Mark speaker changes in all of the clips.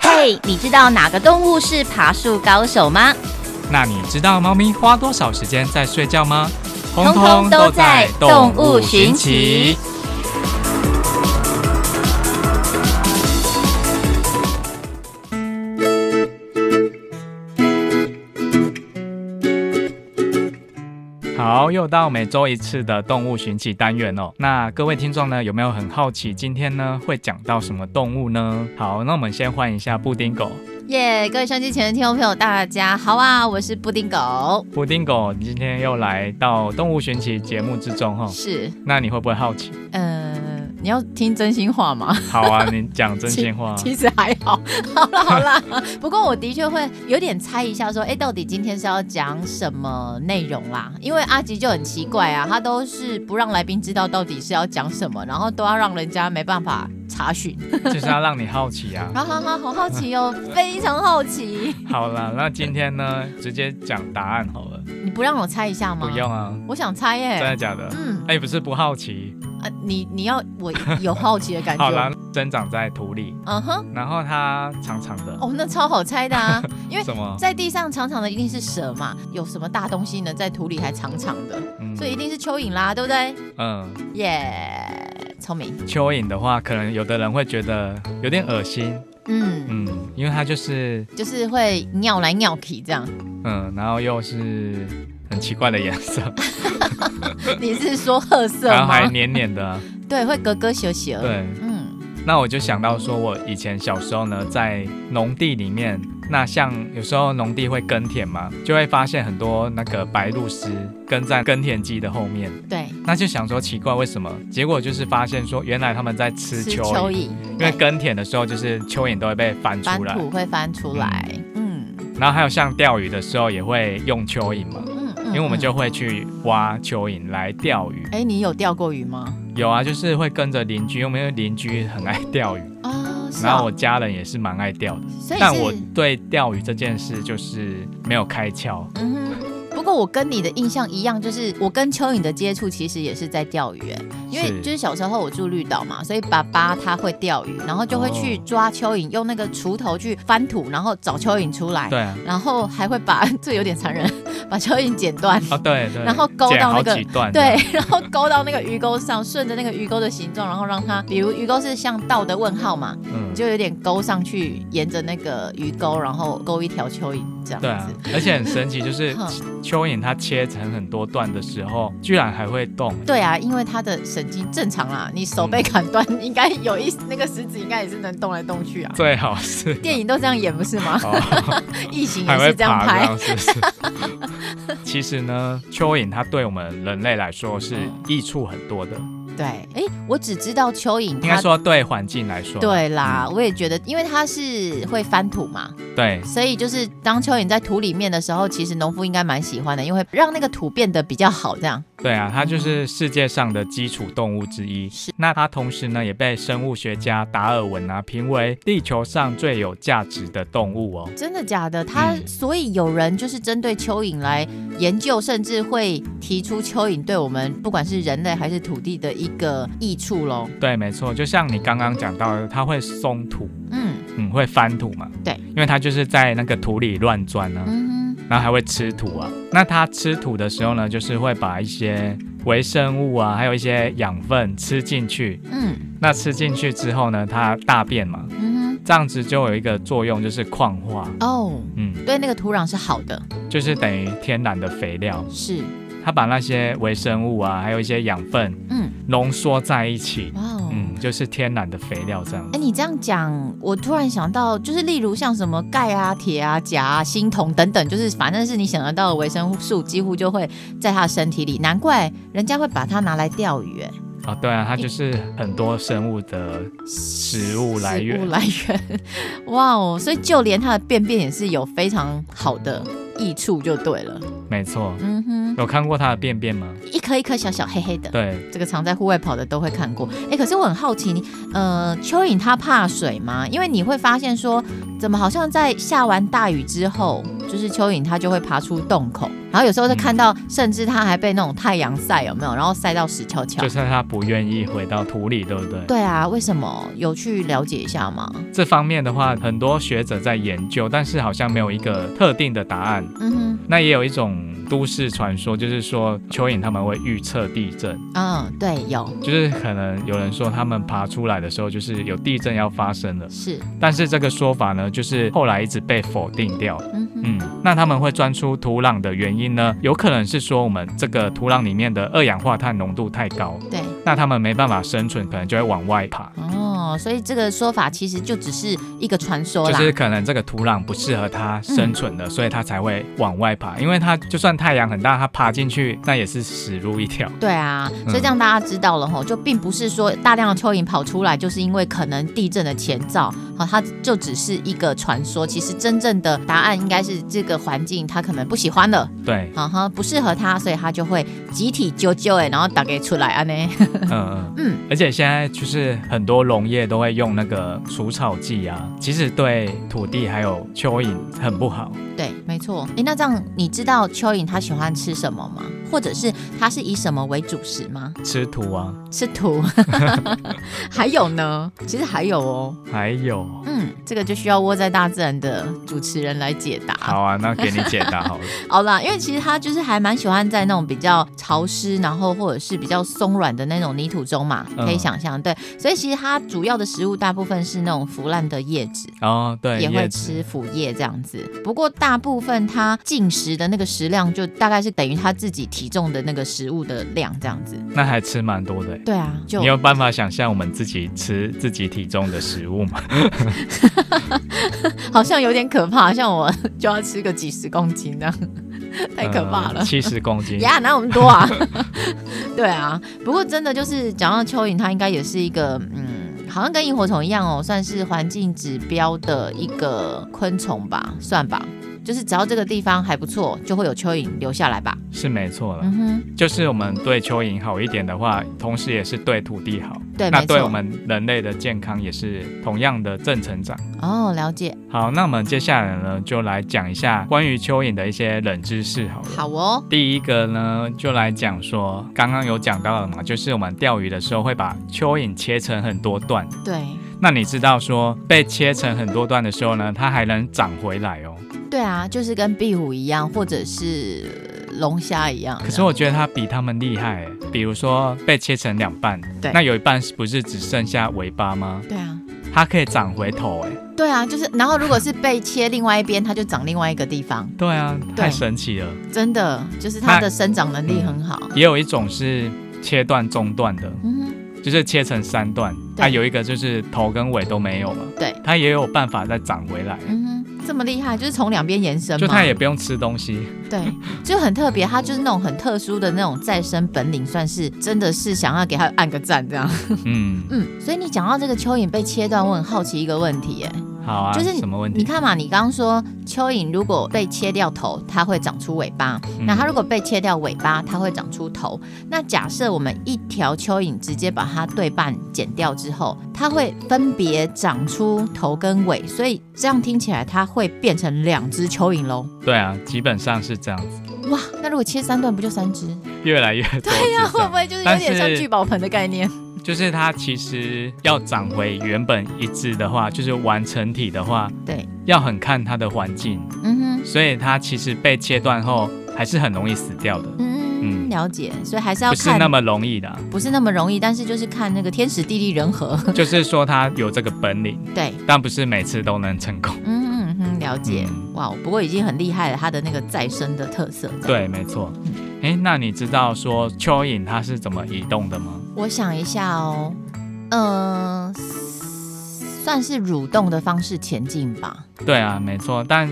Speaker 1: 嘿，你知道哪个动物是爬树高手吗？
Speaker 2: 那你知道猫咪花多少时间在睡觉吗？
Speaker 1: 通通都在动物寻奇。
Speaker 2: 好，又到每周一次的动物寻奇单元哦。那各位听众呢，有没有很好奇今天呢会讲到什么动物呢？好，那我们先换一下布丁狗。
Speaker 1: 耶、各位收机前的听众朋友，大家好啊，我是布丁狗，
Speaker 2: 布丁狗，你今天又来到动物寻奇节目之中哦。
Speaker 1: 是，
Speaker 2: 那你会不会好 奇？
Speaker 1: 呃，你要听真心话吗？
Speaker 2: 好啊，你讲真心话。
Speaker 1: 其实还好， 好啦好啦，不过我的确会有点猜一下说，哎，到底今天是要讲什么内容啦？因为阿吉就很奇怪啊，他都是不让来宾知道到底是要讲什么，然后都要让人家没办法查 询。。
Speaker 2: 就是要让你好奇啊
Speaker 1: 好好好，好好奇哦，非常好奇。
Speaker 2: 好啦，那今天呢，直接讲答案好了，
Speaker 1: 你 不让我猜一下吗？
Speaker 2: 不，用啊，
Speaker 1: 我想猜耶、
Speaker 2: 真的假的？
Speaker 1: 嗯，
Speaker 2: 哎、不是不好奇。
Speaker 1: 啊，你你要我有好奇的感
Speaker 2: 好啦
Speaker 1: 觉。，
Speaker 2: 生长在土里，
Speaker 1: 嗯哼，
Speaker 2: 然后它长长的，
Speaker 1: 哦，那超好猜的啊， 因为
Speaker 2: 什么？
Speaker 1: 在地上长长的一定是蛇嘛，有什么大东西能在土里还长长的？
Speaker 2: 嗯
Speaker 1: 所以一定是蚯蚓啦，对不对？
Speaker 2: 嗯，
Speaker 1: 耶、聪明。
Speaker 2: 蚯蚓的话，可能有的人会觉得有点恶心，
Speaker 1: 嗯，
Speaker 2: 嗯，因为它就是
Speaker 1: 就是会尿来尿去这 样。
Speaker 2: 嗯，然后又是很奇怪的颜色，
Speaker 1: 你是说褐色
Speaker 2: 然后还
Speaker 1: 吗？
Speaker 2: 黏黏的啊，
Speaker 1: 对，会咯咯咻咻。，
Speaker 2: 对。
Speaker 1: 嗯，
Speaker 2: 那我就想到说，我以前小时候呢，在农地里面，那像有时候农地会耕田嘛，就会发现很多那个白鹭鸶跟在耕田机的后面，
Speaker 1: 对，
Speaker 2: 那就想说奇怪为什么？结果就是发现说，原来他们在吃
Speaker 1: 是
Speaker 2: 蚯
Speaker 1: 蚯
Speaker 2: 蚓，
Speaker 1: 蚓，
Speaker 2: 因
Speaker 1: 对
Speaker 2: 为耕田的时候就是蚯蚓都会被翻
Speaker 1: 翻
Speaker 2: 出来，
Speaker 1: 土会翻出来。嗯
Speaker 2: 然后还有像钓鱼的时候也会用蚯蚓嘛。
Speaker 1: 嗯嗯，
Speaker 2: 因为我们
Speaker 1: 嗯
Speaker 2: 就会去挖蚯蚓来钓鱼，
Speaker 1: 哎、你有钓过鱼吗？
Speaker 2: 有啊，就是会跟着邻居，因为邻居很爱钓鱼，
Speaker 1: 哦，是
Speaker 2: 然
Speaker 1: 啊
Speaker 2: 后我，家人也是蛮爱钓的。
Speaker 1: 所以
Speaker 2: 但我
Speaker 1: 是，
Speaker 2: 对钓鱼这件事就是没有开窍，
Speaker 1: 嗯哼。不过我跟你的印象一样，就是我跟蚯蚓的接触其实也是在钓鱼，哎因为
Speaker 2: 是
Speaker 1: 就是小时候我住绿岛嘛，所以爸爸他会钓鱼，然后就会去
Speaker 2: 哦
Speaker 1: 抓蚯蚓，用那个锄头去翻土，然后找蚯蚓出来，
Speaker 2: 对啊，
Speaker 1: 然后还会把 这有点残忍，把蚯蚓剪断，
Speaker 2: 哦对对，
Speaker 1: 然后勾
Speaker 2: 剪
Speaker 1: 到那
Speaker 2: 好
Speaker 1: 个
Speaker 2: 几段，啊
Speaker 1: 对，，然后勾到那个鱼钩上，顺着那个鱼钩的形状，然后让它，比如鱼钩是像倒的问号嘛，
Speaker 2: 嗯
Speaker 1: 你，就有点勾上去，沿着那个鱼钩，然后勾一条蚯蚓这样子。嗯
Speaker 2: 对啊，而且很神奇，就是
Speaker 1: 哼
Speaker 2: 蚯蚓它切成很多段的时候，居然还会动，
Speaker 1: 对啊，因为它的神经正常啦，
Speaker 2: 嗯
Speaker 1: 你手被砍断， 应该有一那个食指应该也是能动来动去啊。
Speaker 2: 最好是
Speaker 1: 电影都这样演不是 吗？
Speaker 2: 哦，
Speaker 1: 异形
Speaker 2: 还
Speaker 1: 也
Speaker 2: 会
Speaker 1: 是这样
Speaker 2: 爬这
Speaker 1: 拍。
Speaker 2: 样，是不是？ 其实呢，蚯蚓它对我们人类来说是
Speaker 1: 嗯
Speaker 2: 益处很多的，
Speaker 1: 对，哎，我只知道蚯蚓
Speaker 2: 应该嗯
Speaker 1: 它。
Speaker 2: 说对环境来说，
Speaker 1: 对啦，我也觉得，因为它是会翻土嘛，
Speaker 2: 对
Speaker 1: 所以就是当蚯蚓在土里面的时候，其实农夫应该蛮喜欢的，因为会让那个土变得比较好，这样。
Speaker 2: 对啊，它就是世界上的基础动物之一。
Speaker 1: 嗯是
Speaker 2: 那它同时呢，也被生物学家达尔文啊评为地球上最有价值的动物哦。
Speaker 1: 真的假的？他、
Speaker 2: 嗯
Speaker 1: 所以有人就是针对蚯蚓来研究，甚至会提出蚯蚓对我们不管是人类还是土地的一个益处喽。
Speaker 2: 对，没错，就像你刚刚讲到的，它会松土，
Speaker 1: 嗯
Speaker 2: 嗯，会翻土嘛。
Speaker 1: 对，
Speaker 2: 因为它就是在那个土里乱钻啊，
Speaker 1: 嗯哼，
Speaker 2: 然后还会吃土啊。那它吃土的时候呢，就是会把一些微生物啊，还有一些养分吃进去。
Speaker 1: 嗯
Speaker 2: 那吃进去之后呢，它大便嘛，
Speaker 1: 嗯
Speaker 2: 这样子就有一个作用，就是矿化。
Speaker 1: 哼，哦，
Speaker 2: 嗯，
Speaker 1: 对，那个土壤是好的，
Speaker 2: 就是等于天然的肥料，
Speaker 1: 是，
Speaker 2: 它把那些微生物啊，还有一些养分
Speaker 1: 嗯，
Speaker 2: 浓缩在一起，
Speaker 1: 哇哦。
Speaker 2: 嗯，就是天然的肥料这样
Speaker 1: 哎，。你这样讲，我突然想到，就是例如像什么钙啊、铁啊、钾啊、锌、铜等等，就是反正是你想得到的维生素，几乎就会在他的身体里。难怪人家会把它拿来钓鱼，哎，
Speaker 2: 啊，对啊，它就是很多生物的食物来源
Speaker 1: 食物来源， 哇哦！所以就连它的便便也是有非常好的益处，就对了。
Speaker 2: 没错。
Speaker 1: 嗯哼，
Speaker 2: 有看过它的便便吗？
Speaker 1: 一颗一颗小小黑黑的，
Speaker 2: 对，
Speaker 1: 这个常在户外跑的都会看过。哎，可是我很好奇，你呃，蚯蚓它怕水吗？因为你会发现说，怎么好像在下完大雨之后，就是蚯蚓它就会爬出洞口，然后有时候就看到，甚至它还被那种太阳晒，有没有？然后晒到死翘翘
Speaker 2: 就。是它不愿意回到土里，对不对？
Speaker 1: 对啊，为什么？有去了解一下吗？
Speaker 2: 这方面的话，很多学者在研究，但是好像没有一个特定的答案。
Speaker 1: 嗯
Speaker 2: 那也有一种都市传说，就是说蚯蚓他们会预测地震，
Speaker 1: 哼，嗯，对，有
Speaker 2: 就是可能有人说他们爬出来的时候，就是有地震要发生了，
Speaker 1: 是，
Speaker 2: 但是这个说法呢，就是后来一直被否定掉。
Speaker 1: 嗯哼，
Speaker 2: 嗯，那他们会钻出土壤的原因呢？有可能是说我们这个土壤里面的二氧化碳浓度太高，
Speaker 1: 对。
Speaker 2: 那他们没办法生存，可能就会往外爬。
Speaker 1: 哦，所以这个说法其实就只是一个传说
Speaker 2: 就
Speaker 1: 啦。
Speaker 2: 是可能这个土壤不适合它生存的，所以它才会往外爬。因为它就算太阳很大，它爬进去那也是死路一条。
Speaker 1: 对啊，所以这样大家知道了吼，就并不是说大量的蚯蚓跑出来，就是因为可能地震的前兆，好，它就只是一个传说。其实真正的答案应该是这个环境它可能不喜欢了，
Speaker 2: 对，
Speaker 1: 哈哈，不适合它，所以它就会集体啾啾哎，然后打给出来啊呢，
Speaker 2: 嗯嗯
Speaker 1: 嗯。
Speaker 2: 而且现在就是很多农业都会用那个除草剂啊，其实对土地还有蚯蚓很不好。
Speaker 1: 对，没错。哎，那这样你知道蚯蚓它喜欢吃什么吗？或者是它是以什么为主食吗？
Speaker 2: 吃土啊，
Speaker 1: 吃土， 还有呢？其实还有哦，
Speaker 2: 还有，
Speaker 1: 嗯，这个就需要窝在大自然的主持人来解答。
Speaker 2: 好啊，那给你解答好了。
Speaker 1: 好哦啦，因为其实他就是还蛮喜欢在那种比较潮湿，然后或者是比较松软的那种泥土中嘛，
Speaker 2: 嗯
Speaker 1: 可以想象对。所以其实它主要的食物大部分是那种腐烂的叶子。
Speaker 2: 哦，对，
Speaker 1: 也会
Speaker 2: 叶子
Speaker 1: 吃腐叶这样子，不过大部分它进食的那个食量就大概是等于它自己体重的那个食物的量这样子。
Speaker 2: 那还吃蛮多的欸。
Speaker 1: 对啊，就
Speaker 2: 你有办法想象我们自己吃自己体重的食物吗？
Speaker 1: 好像有点可怕，像我 就要吃个几十公斤这样， 太可怕了。
Speaker 2: 呃七十公斤。
Speaker 1: 呀，哪有那么多啊？ 对啊，不过真的就是讲到蚯蚓，它应该也是一个嗯，好像跟萤火虫一样哦，算是环境指标的一个昆虫吧，算吧。就是只要这个地方还不错，就会有蚯蚓留下来吧。
Speaker 2: 是没错了，
Speaker 1: 嗯哼，
Speaker 2: 就是我们对蚯蚓好一点的话，同时也是对土地好，
Speaker 1: 对，
Speaker 2: 那
Speaker 1: 没
Speaker 2: 对我
Speaker 1: 错。
Speaker 2: 们人类的健康也是同样的正成长。
Speaker 1: 哦，了解。
Speaker 2: 好，那我们接下来呢，就来讲一下关于蚯蚓的一些冷知识好了。
Speaker 1: 好哦，
Speaker 2: 第一个呢，就来讲说，刚刚有讲到了嘛，就是我们钓鱼的时候会把蚯蚓切成很多段。
Speaker 1: 对，
Speaker 2: 那你知道说，被切成很多段的时候呢，它还能长回来哦。
Speaker 1: 对啊，就是跟壁虎一样，或者是呃龙虾一样。
Speaker 2: 可是我觉得它比它们厉害欸，比如说被切成两半，
Speaker 1: 对
Speaker 2: 那有一半是不是只剩下尾巴吗？
Speaker 1: 对啊，
Speaker 2: 它可以长回头，哎，
Speaker 1: 对啊，就是，然后如果是被切另外一边，它就长另外一个地方，
Speaker 2: 对啊，
Speaker 1: 对
Speaker 2: 太神奇了。
Speaker 1: 真的，就是它
Speaker 2: 那
Speaker 1: 的生长能力很好。
Speaker 2: 也有一种是切断中段的，
Speaker 1: 嗯哼。
Speaker 2: 就是切成三段，
Speaker 1: 对
Speaker 2: 它有一个就是头跟尾都没有嘛，
Speaker 1: 对，
Speaker 2: 它也有办法再长回来，
Speaker 1: 嗯哼，这么厉害，就是从两边延伸嘛。
Speaker 2: 就它也不用吃东西，
Speaker 1: 对， 就很特别，它就是那种很特殊的那种再生本领，算是真的是想要给它按个赞这样。
Speaker 2: 嗯，
Speaker 1: 嗯，所以你讲到这个蚯蚓被切断，我很好奇一个问题，哎，
Speaker 2: 好啊，
Speaker 1: 就是
Speaker 2: 什么问
Speaker 1: 你
Speaker 2: 题？
Speaker 1: 看嘛，你刚刚说蚯蚓如果被切掉头，它会长出尾巴；那它
Speaker 2: 嗯
Speaker 1: 如果被切掉尾巴，它会长出头。那假设我们一条蚯蚓直接把它对半剪掉之后，它会分别长出头跟尾，所以这样听起来它会变成两只蚯蚓喽。
Speaker 2: 对啊，基本上是这样子，
Speaker 1: 哇，那如果切三段不就三只？
Speaker 2: 越来越多是
Speaker 1: 对
Speaker 2: 这
Speaker 1: 呀、
Speaker 2: 样，
Speaker 1: 会不会就是有
Speaker 2: 但
Speaker 1: 点像
Speaker 2: 是
Speaker 1: 聚宝盆的概念？
Speaker 2: 就是它其实要长回原本一致的话，就是完成体的话，
Speaker 1: 对，
Speaker 2: 要很看它的环境，
Speaker 1: 嗯哼，
Speaker 2: 所以它其实被切断后还是很容易死掉的，
Speaker 1: 嗯，
Speaker 2: 嗯
Speaker 1: 了解，所以还是要
Speaker 2: 不是
Speaker 1: 看，
Speaker 2: 那么容易的啊、
Speaker 1: 不是那么容易，但是就是看那个天时地利人和，
Speaker 2: 就是说它有这个本领，
Speaker 1: 对，
Speaker 2: 但不是每次都能成功。
Speaker 1: 嗯嗯嗯，了解，
Speaker 2: 嗯
Speaker 1: 哇，不过已经很厉害了，它的那个再生的特色。，
Speaker 2: 对，没错。哎，那你知道说蚯蚓它是怎么移动的吗？
Speaker 1: 我想一下哦，嗯、算是蠕动的方式前进吧。
Speaker 2: 对啊，没错。但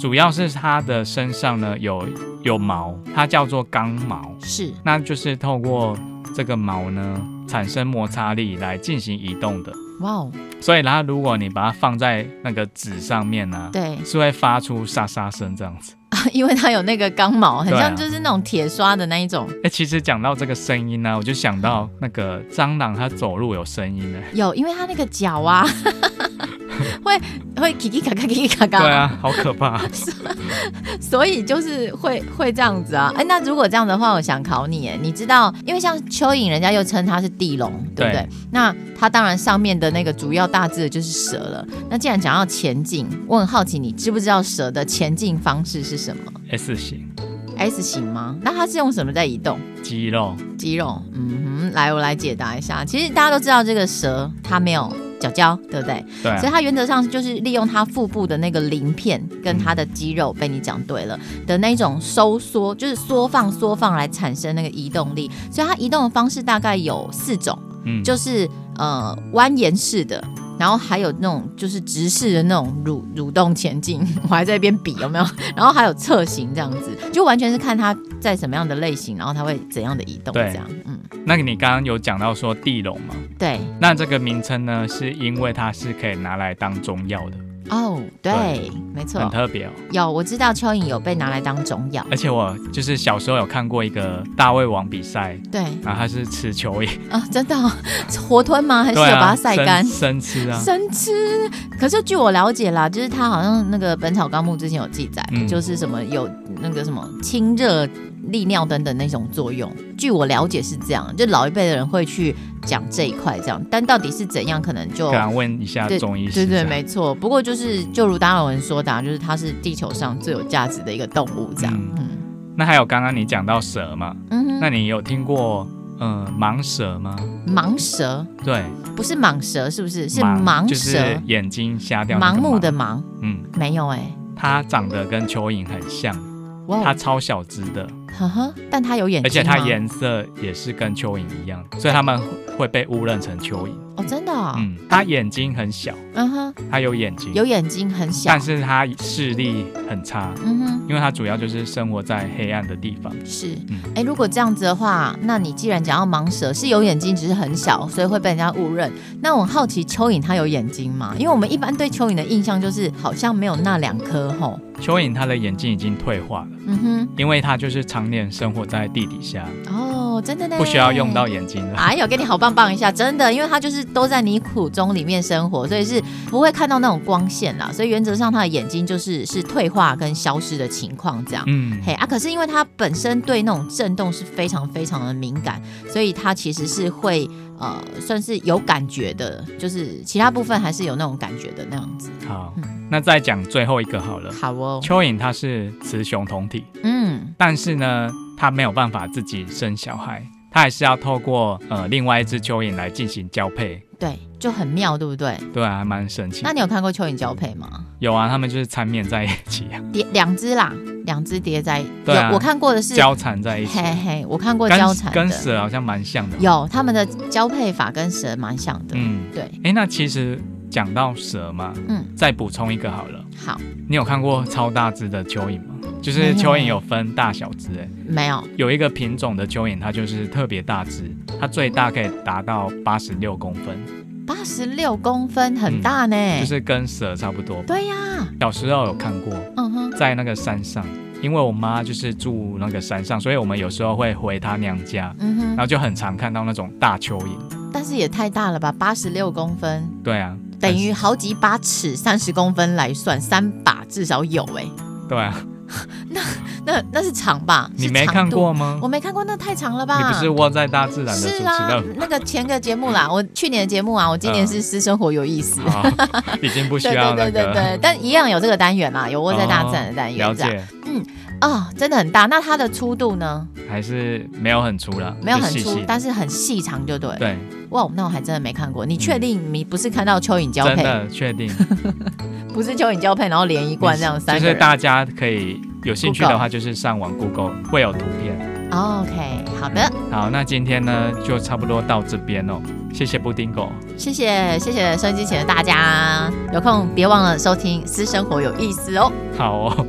Speaker 2: 主要是它的身上呢有有毛，它叫做刚毛，
Speaker 1: 是，
Speaker 2: 那就是透过这个毛呢产生摩擦力来进行移动的。
Speaker 1: 哇哦，
Speaker 2: 所以它如果你把它放在那个纸上面呢、
Speaker 1: 对，
Speaker 2: 是会发出沙沙声这样子。
Speaker 1: 因为它有那个钢毛，很
Speaker 2: 对啊
Speaker 1: 像就是那种铁刷的那一种。
Speaker 2: 哎，其实讲到这个声音呢、我就想到那个蟑螂它走路有声音呢、
Speaker 1: 有，因为它那个脚啊，会会 k i 嘎嘎 k i 嘎嘎，
Speaker 2: 对啊，好可怕。
Speaker 1: 所以就是会会这样子啊。哎，那如果这样的话，我想考你，哎，你知道，因为像蚯蚓，人家又称它是地龙，对不对？
Speaker 2: 对
Speaker 1: 那它当然上面的那个主要大致的就是蛇了。那既然讲到前进，我很好奇，你知不知道蛇的前进方式是什么
Speaker 2: S 型
Speaker 1: ？S 型吗？那它是用什么在移动？
Speaker 2: 肌肉，
Speaker 1: 肌肉，嗯哼，来，我来解答一下。其实大家都知道，这个蛇它没有脚胶，对不对？
Speaker 2: 对
Speaker 1: 所以
Speaker 2: 啊，
Speaker 1: 它原则上就是利用它腹部的那个鳞片跟它的肌肉，被你讲对了的那种收缩，就是缩放缩放来产生那个移动力。所以它移动的方式大概有四种，
Speaker 2: 嗯，
Speaker 1: 就是呃蜿蜒式的。然后还有那种就是直视的那种蠕蠕动前进， 我还在一边比有没有？然后还有侧行这样子，就完全是看它在什么样的类型，然后它会怎样的移动
Speaker 2: 对
Speaker 1: 这样。嗯，
Speaker 2: 那个你刚刚有讲到说地龙嘛，
Speaker 1: 对，
Speaker 2: 那这个名称呢，是因为它是可以拿来当中药的，
Speaker 1: 哦，对，
Speaker 2: 对
Speaker 1: 没错
Speaker 2: 很，特别哦。
Speaker 1: 有我知道蚯蚓有被拿来当中药，
Speaker 2: 而且我就是小时候有看过一个大胃王比赛，
Speaker 1: 对，
Speaker 2: 然后他是吃蚯蚓，
Speaker 1: 啊，真的、哦、活吞吗？还是有
Speaker 2: 对啊，
Speaker 1: 把它晒干？
Speaker 2: 生生吃啊，
Speaker 1: 生吃，可是据我了解啦，就是它好像那个《本草纲目》之前有记载，
Speaker 2: 嗯
Speaker 1: 就是什么有那个什么清热利尿等等那种作用。据我了解是这样，就老一辈的人会去讲这一块这样，但到底是怎样，可能就
Speaker 2: 敢问啊一下中医
Speaker 1: 哦对
Speaker 2: 师这
Speaker 1: 对
Speaker 2: 样？
Speaker 1: 没错。不过就是就如达尔文说的、啊，就是它是地球上最有价值的一个动物这样。嗯
Speaker 2: 那还有刚刚你讲到蛇嘛，
Speaker 1: 嗯
Speaker 2: 那
Speaker 1: 哼，
Speaker 2: 你有听过呃盲蛇吗？
Speaker 1: 盲蛇
Speaker 2: 对，
Speaker 1: 不是蟒蛇，是不是？是
Speaker 2: 盲
Speaker 1: 盲
Speaker 2: 就
Speaker 1: 蛇，
Speaker 2: 是眼睛瞎掉，
Speaker 1: 盲目的。盲。
Speaker 2: 嗯，
Speaker 1: 没有哎、
Speaker 2: 它长得跟蚯蚓很像，
Speaker 1: 哇
Speaker 2: 它
Speaker 1: 哦，
Speaker 2: 超小只的，
Speaker 1: 呵呵，但它有眼睛
Speaker 2: 而且它
Speaker 1: 吗
Speaker 2: 颜色也是跟蚯蚓一样，所以它们会被误认成蚯蚓。
Speaker 1: 哦，真的、哦，
Speaker 2: 嗯，它眼睛很小，
Speaker 1: 嗯哼，
Speaker 2: 它有眼睛，
Speaker 1: 有眼睛很小
Speaker 2: 但，是它视力很差，
Speaker 1: 嗯哼，
Speaker 2: 因为它主要就是生活在黑暗的地方。
Speaker 1: 是
Speaker 2: 嗯。
Speaker 1: 哎、如果这样子的话，那你既然讲到盲蛇是有眼睛，只是很小，所以会被人家误认。那我很好奇蚯蚓它有眼睛吗？因为我们一般对蚯蚓的印象就是好像没有那两颗吼。
Speaker 2: 蚯蚓它的眼睛已经退化了，
Speaker 1: 嗯
Speaker 2: 因为它就是常年生活在地底下，
Speaker 1: 哼，哦，真的呢，
Speaker 2: 不需要用到。眼睛了。
Speaker 1: 哎呦，给你好棒棒一下，真的，因为它就是都在泥土中里面生活，所以是不会看到那种光线啦，所以原则上它的眼睛就是是退化跟消失的情况这样。
Speaker 2: 嗯，
Speaker 1: 嘿啊，可是因为它本身对那种震动是非常非常的敏感，所以它其实是会呃算是有感觉的，就是其他部分还是有那种感觉的那样子。
Speaker 2: 好，
Speaker 1: 嗯
Speaker 2: 那再讲最后一个好了。
Speaker 1: 好哦，
Speaker 2: 蚯蚓它是雌雄同体，
Speaker 1: 嗯，
Speaker 2: 但是呢，它没有办法自己生小孩，它还是要透过呃另外一只蚯蚓来进行交配。
Speaker 1: 对，就很妙，对不对？
Speaker 2: 对啊，还蛮神奇
Speaker 1: 那。你有看过蚯蚓交配吗？
Speaker 2: 有啊，它们就是缠绵在一起啊，
Speaker 1: 叠两只啦，两只叠在，
Speaker 2: 对啊
Speaker 1: 有我看过的是，
Speaker 2: 交缠在一起，
Speaker 1: 嘿嘿，我看过交
Speaker 2: 跟
Speaker 1: 缠
Speaker 2: 跟
Speaker 1: 的，
Speaker 2: 蛇好像蛮像的。
Speaker 1: 有他们的交配法跟蛇蛮像的，
Speaker 2: 嗯，
Speaker 1: 对，
Speaker 2: 哎，那其实讲到蛇嘛，
Speaker 1: 嗯，
Speaker 2: 再补充一个好了，
Speaker 1: 好，
Speaker 2: 你有看过超大只的蚯蚓吗？就
Speaker 1: 没
Speaker 2: 是
Speaker 1: 有
Speaker 2: 蚯蚓
Speaker 1: 欸
Speaker 2: 有分大小只、欸，
Speaker 1: 没有，
Speaker 2: 有一个品种的蚯蚓，它就是特别大只，它最大可以达到八十六公分，
Speaker 1: 八十六公分很
Speaker 2: 嗯
Speaker 1: 大呢，
Speaker 2: 就是跟蛇差不多。
Speaker 1: 对呀、
Speaker 2: 小时候有看过，
Speaker 1: 嗯哼，
Speaker 2: 在那个山上，因为我妈就是住那个山上，所以我们有时候会回她娘家，
Speaker 1: 嗯哼
Speaker 2: 然。后就很常看到那种大蚯蚓。
Speaker 1: 但是也太大了吧，八十六公分，
Speaker 2: 对啊，
Speaker 1: 等
Speaker 2: 但
Speaker 1: 于
Speaker 2: 是
Speaker 1: 好几把尺，三十公分来算，三把至少有哎、
Speaker 2: 对啊，
Speaker 1: 那那是长吧？
Speaker 2: 你
Speaker 1: 是
Speaker 2: 没
Speaker 1: 长
Speaker 2: 看
Speaker 1: 度？
Speaker 2: 过吗？
Speaker 1: 我没看过，那太长了吧？
Speaker 2: 你不是窝在大自然的主持
Speaker 1: 是啊
Speaker 2: 人，
Speaker 1: 那个前个节目啦， 我去年的节目啊，我今年是私生活有意思。
Speaker 2: 好， 已经嗯不需
Speaker 1: 对
Speaker 2: 要
Speaker 1: 对
Speaker 2: 那
Speaker 1: 对对
Speaker 2: 个
Speaker 1: 对，但一样有这个单元啦，啊有窝在大自然的单
Speaker 2: 了
Speaker 1: 元这样
Speaker 2: 解，
Speaker 1: 啊、真的很大。那它的粗度呢？
Speaker 2: 还是没有很粗了，
Speaker 1: 没有
Speaker 2: 就
Speaker 1: 很粗，
Speaker 2: 细细的
Speaker 1: 但是很细长就对了。
Speaker 2: 对，嗯
Speaker 1: 哇，那我还真的没看过。你确定你不是看到蚯蚓交
Speaker 2: 真
Speaker 1: 配，
Speaker 2: 的 确定。
Speaker 1: 不是蚯蚓交配，然后连一罐这样三
Speaker 2: 就
Speaker 1: 个
Speaker 2: 是
Speaker 1: 人？
Speaker 2: 大家可以有兴趣的话，就是上网 Google 会有图片。
Speaker 1: OK，好的。
Speaker 2: 好，那今天呢就差不多到这边哦，谢谢布丁狗，
Speaker 1: 谢谢谢谢收音机前的大家，有空别忘了收听《私生活有意思》哦。
Speaker 2: 好哦。